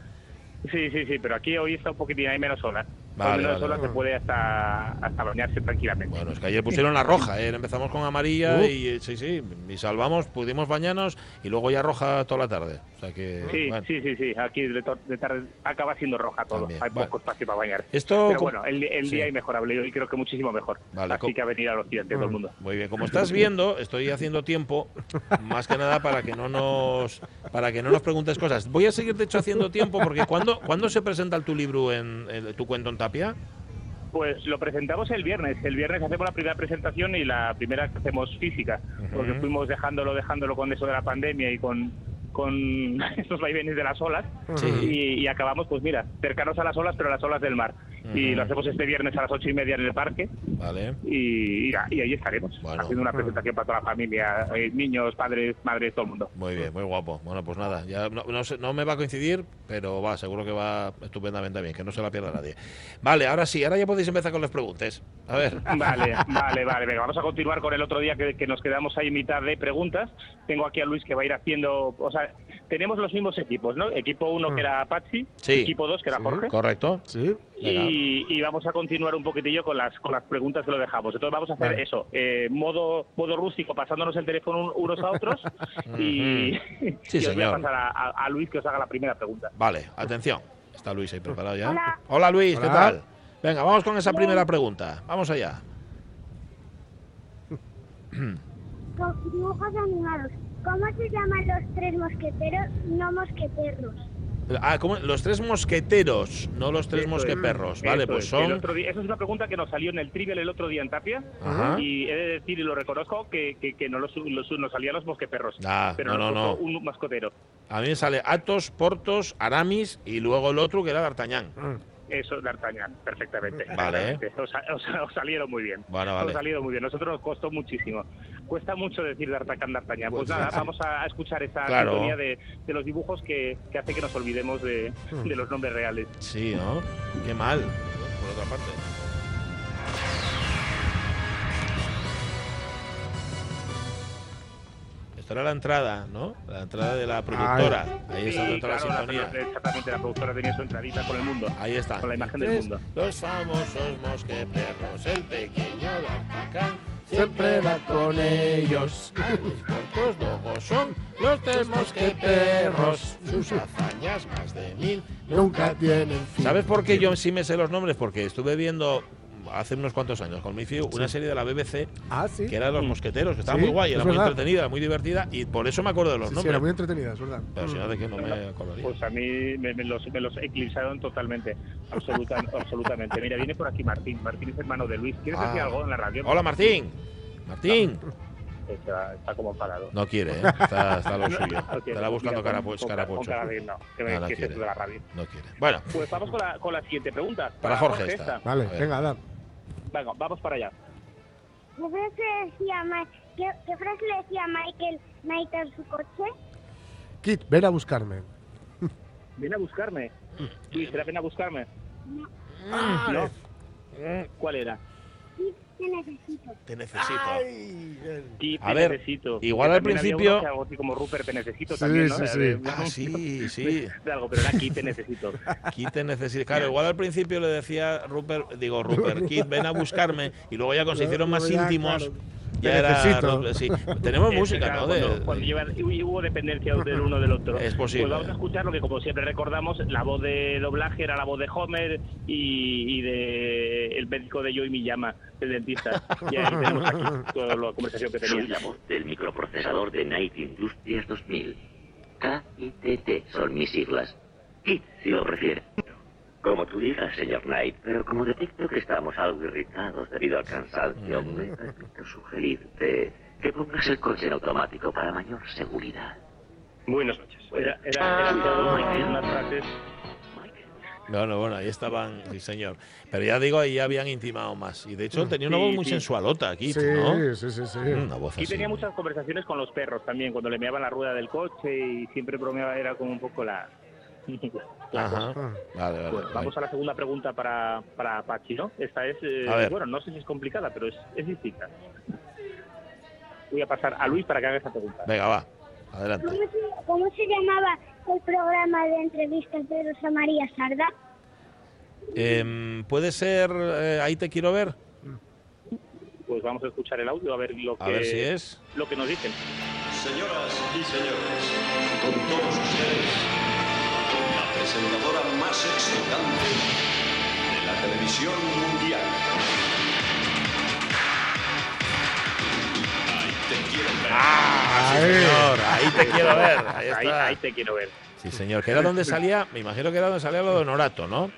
Sí, sí, sí, pero aquí hoy está un poquitín, hay menos olas.
Vale,
Con menos
vale,
olas
vale.
se puede hasta, hasta bañarse tranquilamente.
Bueno, es que ayer pusieron la roja, ¿eh? empezamos con amarilla
Uh.
y eh, sí, sí, y salvamos, pudimos bañarnos y luego ya roja toda la tarde. O sea que,
Sí,
bueno.
sí, sí, sí, aquí de, to- de tarde acaba siendo roja todo,
También,
hay
vale.
poco espacio para bañar.
Esto
Pero
com-
bueno, el, el
sí.
día es mejorable, yo creo que muchísimo mejor.
Vale, Mm. com-
Así que a venir al occidente todo el mundo.
Muy bien, como estás viendo, estoy haciendo tiempo, más que nada para que no nos para que no nos preguntes cosas. Voy a seguir de hecho haciendo tiempo porque cuando cuando se presenta tu libro en, en- tu cuento en Tapia,
Pues lo presentamos el viernes. El viernes hacemos la primera presentación y la primera que hacemos física, porque fuimos dejándolo, dejándolo con eso de la pandemia y con, con esos vaivenes de las olas. Y, y acabamos, pues mira, cercanos a las olas, pero a las olas del mar. Y lo hacemos este viernes a las ocho y media en el parque
¿vale?
y, y ahí estaremos,
Bueno.
haciendo una presentación para toda la familia, eh, niños, padres, madres, todo el mundo.
Muy bien, muy guapo. Bueno, pues nada, ya no, no sé- no me va a coincidir, pero va, seguro que va estupendamente bien, que no se la pierda nadie. Vale, ahora sí, ahora ya podéis empezar con las preguntas. A ver.
Vale, vale, vale. Venga, vamos a continuar con el otro día que, que nos quedamos ahí en mitad de preguntas. Tengo aquí a Luis que va a ir haciendo. O sea, tenemos los mismos equipos, ¿no? Equipo 1 que era Patsy,
Sí.
equipo 2 que era Jorge.
¿Correcto?
Sí.
venga.
Y, y vamos a continuar un poquitillo con las con las preguntas que lo dejamos. Entonces vamos a hacer
Vale.
eso, eh, modo modo rústico, pasándonos el teléfono un- unos a otros. y
Sí,
y os voy a
señor.
pasar a, a- a Luis que os haga la primera pregunta.
Vale, atención. Está Luis ahí preparado ya.
Hola.
Luis, ¿qué
Hola.
tal? Venga, vamos con esa primera pregunta. Vamos allá.
Con dibujos animados. ¿Cómo se llaman los tres mosqueteros no mosqueteros?
Ah, ¿cómo? Los tres mosqueteros, no los tres
Eso es.
mosqueperros. Vale,
Eso
pues
es. El
son.
otro día- esa es una pregunta que nos salió en el trivial el otro día en Tapia.
Ajá.
Y he de decir, y lo reconozco, que, que, que no los, los- nos salían los mosqueperros.
Ah,
pero
no, no,
nos
no.
tocó un mascotero.
A mí me sale Atos, Portos, Aramis y luego el otro que era D'Artagnan.
Mm.
Eso, D'Artagnan, perfectamente.
Vale.
Os, os- os salieron muy bien.
Bueno,
Os
vale.
salieron muy bien. Nosotros nos costó muchísimo. Cuesta mucho decir D'Artagnan, D'Artagnan. Pues nada, vamos a a escuchar esa
Claro.
sintonía de, de los dibujos que, que hace que nos olvidemos de,
Hmm.
de los nombres reales.
Sí, ¿no? Qué mal. Por otra parte. Esto era la entrada, ¿no? La entrada de la productora. Ahí está
Sí,
toda la
claro,
sintonía.
la- exactamente, la productora tenía su entradita con el mundo.
Ahí está.
Con la imagen del
Tres,
mundo.
Los famosos mosqueteros, el pequeño D'Artagnan
Siempre va con ellos.
Los lobos son los tres mosqueteros, sus hazañas más de mil.
Nunca tienen fin.
¿Sabes por qué yo sí me sé los nombres? Porque estuve viendo hace unos cuantos años con mi fiu una serie de la BBC
Ah, sí.
que era de Los Mosqueteros, que estaba
Sí,
muy guay,
es
era muy
verdad.
entretenida, muy divertida y por eso me acuerdo de los
Sí, sí,
nombres.
era muy entretenida, es verdad. Mm.
Pero si no, de qué no me acordaría.
Pues a mí me, me los, me los eclipsaron totalmente, absoluta- absolutamente. Mira, viene por aquí Martín. Martín es hermano de Luis. ¿Quieres
Ah.
decir algo en la radio?
Hola Martín. Martín.
Está, está como enfadado. Ah,
No quiere, ¿eh? está, está lo suyo.
No quiere.
Estará buscando
Mira,
cara,
con-
pues,
con-
cara
con
pocho.
cara de- no, que me-
No, no
que es
quiere.
esto de la radio.
No quiere. Bueno,
Pues vamos con la, con la siguiente pregunta.
Para Jorge esta.
Vale,
A ver.
venga, Adam.
Venga, vamos para allá.
¿Qué frase Pues decía, Ma- qué, qué frase le decía Michael Knight en su coche?
Kit, ven a buscarme.
Ven a buscarme.
Mm.
Luis, ¿será ven a buscarme?
Ah, eh.
No. ¿Cuál era?
Sí, te necesito.
te necesito.
Sí,
A
te
ver,
necesito.
igual
Que
al
también había
principio-
uno que hago así como Rupert, te necesito
Sí,
también, ¿no?
sí,
De-
sí.
de-
Ah, sí, sí.
de algo, pero era aquí te necesito.
Kit te necesita. Claro, igual al principio le decía Rupert, digo Rupert, Kit, ven a buscarme. Y luego ya cuando se hicieron más
Luego ya,
íntimos.
claro,
Ya
te
era
necesito.
Rupert, sí. Tenemos
Eh,
música,
claro,
¿no?
Cuando,
De-
cuando llevan- hu- hubo dependencia del uno del otro.
Es posible.
Pues vamos a escuchar lo que, como siempre recordamos, la voz de doblaje era la voz de Homer y, y de el médico de Joey Miyama, el dentista. Y ahí tenemos aquí toda la conversación que
Soy
tenía.
la voz del microprocesador de Night Industries 2000. KITT son mis siglas. KIT, si lo prefiere. Como tú digas, señor Knight, pero como detecto que estamos algo irritados debido al cansancio, me permito sugerirte que pongas el coche en automático para mayor seguridad.
Buenas noches. Ah. Era, era, era todo unas frases.
No, no, bueno, ahí estaban, sí, señor. Pero ya digo, ahí ya habían intimado más. Y de hecho tenía una
Mm. Sí,
voz muy
sí.
sensualota, Kit,
Sí,
¿no? Mm,
sí, sí, sí.
Una voz
Y
así.
tenía muchas conversaciones con los perros también, cuando le meaban la rueda del coche y siempre bromeaba, era como un poco la. la cosa.
Ajá.
Ah.
Vale, vale.
Bueno, Pues vamos a la segunda pregunta para, para Apache, ¿no? Esta es, eh,
A ver.
bueno, no sé si es complicada, pero es, es distinta. Voy a pasar a Luis para que haga esta pregunta.
Venga, va.
¿Cómo
Adelante.
se, cómo se llamaba el programa de entrevistas de Rosa María Sarda?
Em, ¿Puede ser eh, Ahí te quiero ver?
Pues vamos a escuchar el audio a ver lo que,
A ver si es.
lo que nos dicen.
Señoras y señores, con todos ustedes, la presentadora más excitante de la televisión mundial. Ay, te quiero ver.
Ah, sí, señor. Ahí te quiero ver. Ahí
eh. Pues, Ahí,
está.
ahí te quiero ver.
Sí, señor. Que era donde salía, me imagino que era donde salía lo de Honorato, ¿no?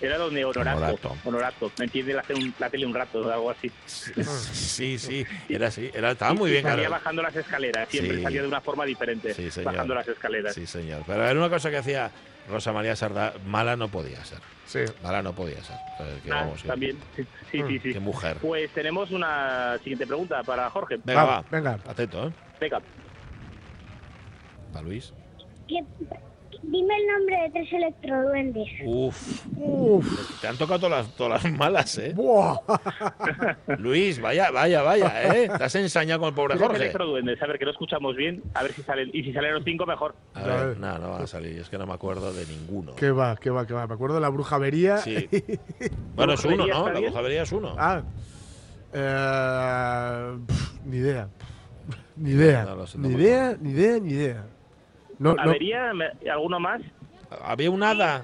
Era donde Honorato.
Honorato.
Honorato. Me entiende la, tele un- la tele un rato o algo así.
Sí, sí. Era así. Era, estaba
Y-
Ah, muy
y
bien,
Salía
claro.
bajando las escaleras, siempre
Sí.
salía de una forma diferente.
Sí, señor.
bajando las escaleras.
Sí, señor. Pero era una cosa que hacía Rosa María Sardá. Mala no podía ser.
Sí.
Mala no podía ser. O sea, que
Ah,
vamos, Hmm, que-
también. Sí, sí, sí.
Qué mujer.
Pues tenemos una siguiente pregunta para Jorge.
Venga, va.
Va, venga.
Atento, ¿eh?
Venga.
Para Luis.
¿Qué- dime el nombre de tres electroduendes.
Uf.
Uf.
Te han tocado todas las, todas las malas, ¿eh?
Buah.
Luis, vaya, vaya, vaya, ¿eh? Te has ensañado con el pobre
pues Jorge.
Jorge.
Electroduendes, a ver que no escuchamos bien, a ver si salen. Y si salen los cinco, mejor.
A ver, no, no van a salir. Es que no me acuerdo de ninguno.
Qué va, qué va, qué va. Me acuerdo de la brujavería.
Sí. Bueno, es uno,
¿Brujería
¿no?
está
La
bien?
brujavería es uno.
Ah. Eh, pf, ni idea. Ni idea.
No lo sé, no
ni
me
idea, ni idea, ni idea. No, no.
¿Avería? me- ¿Alguno más?
Había un hada.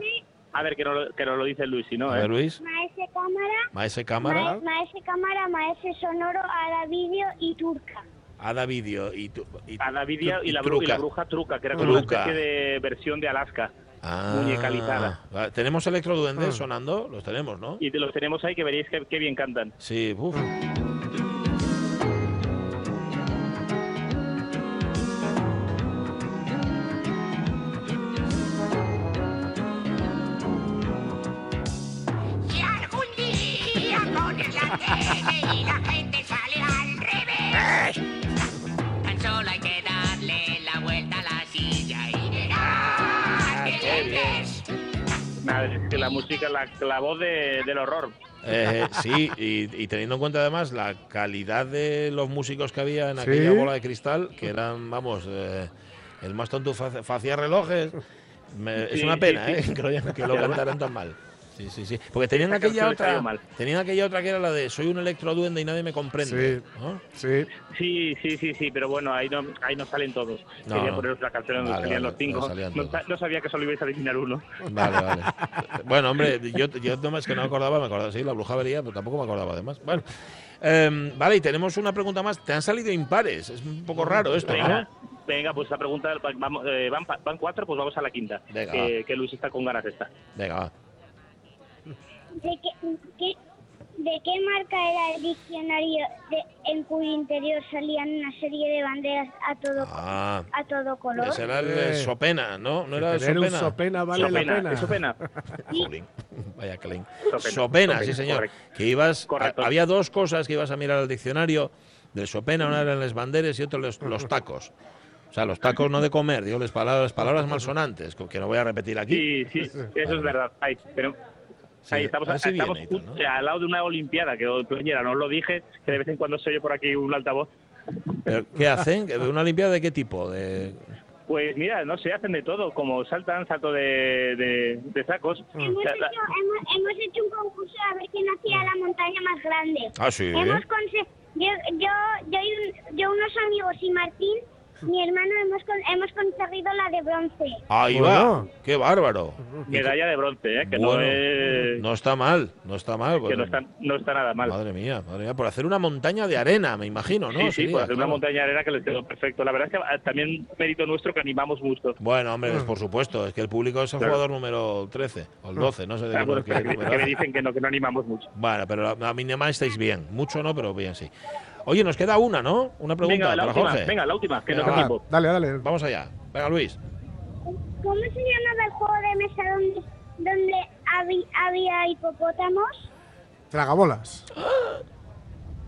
A ver, que no, lo- que no lo dice Luis, si no.
A
¿eh?
ver, Luis.
Maese cámara,
Maese cámara.
ma- maese cámara, maese sonoro, ara vídeo y turca.
Ada Video y, tu, y
Ada Video y la, bru- y la bruja truca, que era como
Truca.
una especie de versión de Alaska.
Ah,
muñecalizada.
va, Tenemos electroduendes
Ah.
sonando, los tenemos, ¿no?
Y te los tenemos ahí que veréis que, que bien cantan.
Sí, uff.
Y algún día pones la tele y la gente sale al revés. Tan solo hay que darle la vuelta a la silla y verás que
qué
le
bien.
ves.
Nada, es que la música, la, la voz de- del horror.
Eh, sí, y, y teniendo en cuenta además la calidad de los músicos que había en
Sí.
aquella bola de cristal, que eran, vamos, eh, el más tonto fa- fa- hacía relojes. Me- es
Sí,
una
sí,
pena,
sí.
¿eh? Que lo, que lo cantaran tan mal. Sí, sí, sí. Porque tenían
Esa
aquella
canción le
otra,
salió mal.
tenían aquella otra que era la de soy un electroduende y nadie me comprende. ¿no?
Sí.
Sí, sí, sí, sí, pero bueno, ahí no, ahí no salen todos.
No,
Quería
no.
poneros la canción donde
Vale,
salían
vale,
los cinco.
no salían
No, sa- no sabía que solo ibais a adivinar uno.
Vale, vale. Bueno, hombre, yo, yo no más que no me acordaba, me acordaba, sí, la bruja vería, pero tampoco me acordaba de más. Bueno, em, vale, y tenemos una pregunta más. Te han salido impares, es un poco raro esto,
Venga,
¿no?
venga pues la pregunta, vamos, eh, van, pa- van cuatro, pues vamos a la quinta.
Venga,
que, que Luis está con ganas esta.
Venga, va.
¿De qué, qué- de qué marca era el diccionario de- en cuyo interior salían una serie de banderas a todo,
Ah,
a todo color?
ese era el de Sopena, ¿no? ¿No
Que
era el
tener un
Sopena?
Sopena vale la Sopena, pena. es Sopena.
Jolín, Vaya Klein.
Sopena,
Sopena,
Sopena,
sí señor.
correcto.
Que ibas, a- había dos cosas que ibas a mirar al diccionario del Sopena, una eran los banderes y otro los, los tacos. O sea, los tacos no de comer, digo, las palabras, palabras malsonantes, que no voy a repetir aquí.
Sí, sí, eso es verdad. Ahí, pero, ahí estamos,
así viene
estamos
y
justo al lado de una olimpiada, que Peñera, no os lo dije, que de vez en cuando se oye por aquí un altavoz.
Pero, ¿Qué hacen? ¿Una limpiada de qué tipo? De...
Pues mira, no sé, hacen de todo, como saltan, salto de, de, de sacos.
Hemos,
La-
hecho,
la-
hemos, hemos hecho un concurso a ver quién hacía la montaña más grande.
Ah, sí.
Hemos conse- yo, yo, yo, y un- yo, unos amigos y Martín, mi hermano, hemos, con- hemos conseguido la de bronce.
Ahí va,
Bueno.
qué bárbaro.
Medalla de bronce, ¿eh? que no
Bueno,
es...
no está mal, no está mal. pues,
Que no está, no está nada mal.
Madre mía, madre mía, por hacer una montaña de arena, me imagino, ¿no?
sí, sí,
Sería,
por hacer una
claro.
montaña arena que les quedó perfecto. La verdad es que ah, también mérito nuestro que animamos mucho.
Bueno, hombre, es por supuesto, es que el público es el
Ah. Claro.
jugador número 13 o el 12, no sé de
Ah,
qué,
bueno,
qué
que-
número
que me
hace.
dicen que no, que no animamos mucho.
Bueno, pero a- a mínima estáis bien, mucho no, pero bien sí. Oye, nos queda una, ¿no? Una pregunta
Venga, la
para
última,
Jorge.
venga, la última,
Ah,
que
Venga,
no
va.
da tiempo.
Dale, dale.
Vamos allá. Venga, Luis.
¿Cómo se llamaba el juego de mesa donde, donde habi- había hipopótamos?
Tragabolas.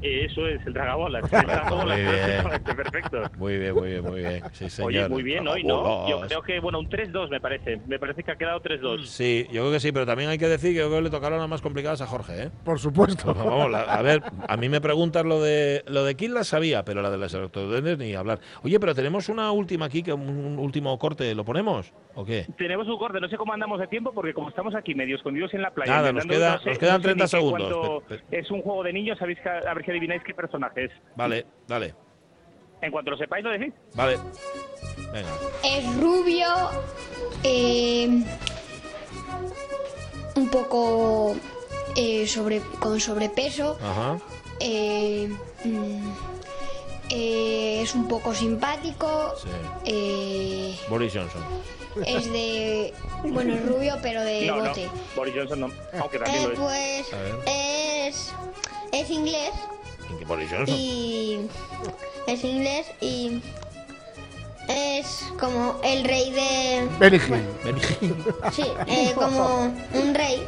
Eh, Eso es, el tragabolas. El
muy
tragabolas,
bien.
perfectamente, perfecto.
Muy bien, muy bien, muy bien. Sí, señor.
Oye, muy bien hoy, ¿no? Yo
Vamos.
creo que, bueno, un 3-2 me parece. Me parece que ha quedado 3-2.
Sí, yo creo que sí, pero también hay que decir que yo creo que le tocaron las más complicadas a Jorge, ¿eh?
Por supuesto.
Vamos, la- a ver, a mí me preguntas lo de lo de Kill la sabía, pero la de las electroduendes ni hablar. Oye, pero tenemos una última aquí, que un, un último corte, ¿lo ponemos o qué?
Tenemos un corte, no sé cómo andamos de tiempo porque como estamos aquí medio escondidos en la playa.
Nada, nos
intentando-
queda-
no sé-
nos quedan
no sé ni
30
qué-
segundos.
cuánto-
Pe-
Es un juego de niños, sabéis que- a ver si adivináis qué personaje es.
Vale, dale,
En cuanto lo sepáis, lo decís.
vale. Venga.
Es rubio, eh, un poco eh, sobre, con sobrepeso,
Ajá.
eh, mm, eh, es un poco simpático,
Sí.
eh,
Boris Johnson.
es de, bueno, es rubio pero de
no,
bote.
no, Boris Johnson no, aunque también
Eh,
lo es.
pues
A ver.
es, es inglés
¿Y qué Boris Johnson?
y es inglés y es como el rey de...
Benny Hill.
Sí, eh, como un rey.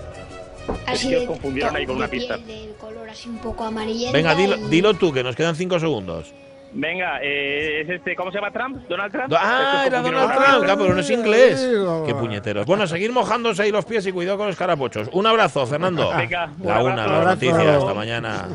Así
que os
de
confundieron
to-
ahí con
de
una pista.
piel de color así un poco amarillento.
Venga, dilo,
y-
dilo tú, que nos quedan cinco segundos.
Venga, eh, es este, ¿cómo se llama Trump? ¿Donald Trump?
Ah, era
Esto es
Donald
confundieron-
Trump, claro, pero no es inglés. Qué puñeteros. Bueno, seguir mojándose ahí los pies y cuidado con los carapochos. Un abrazo, Fernando.
Venga, un
La una,
abrazo.
las
Abrazo.
noticias, hasta mañana.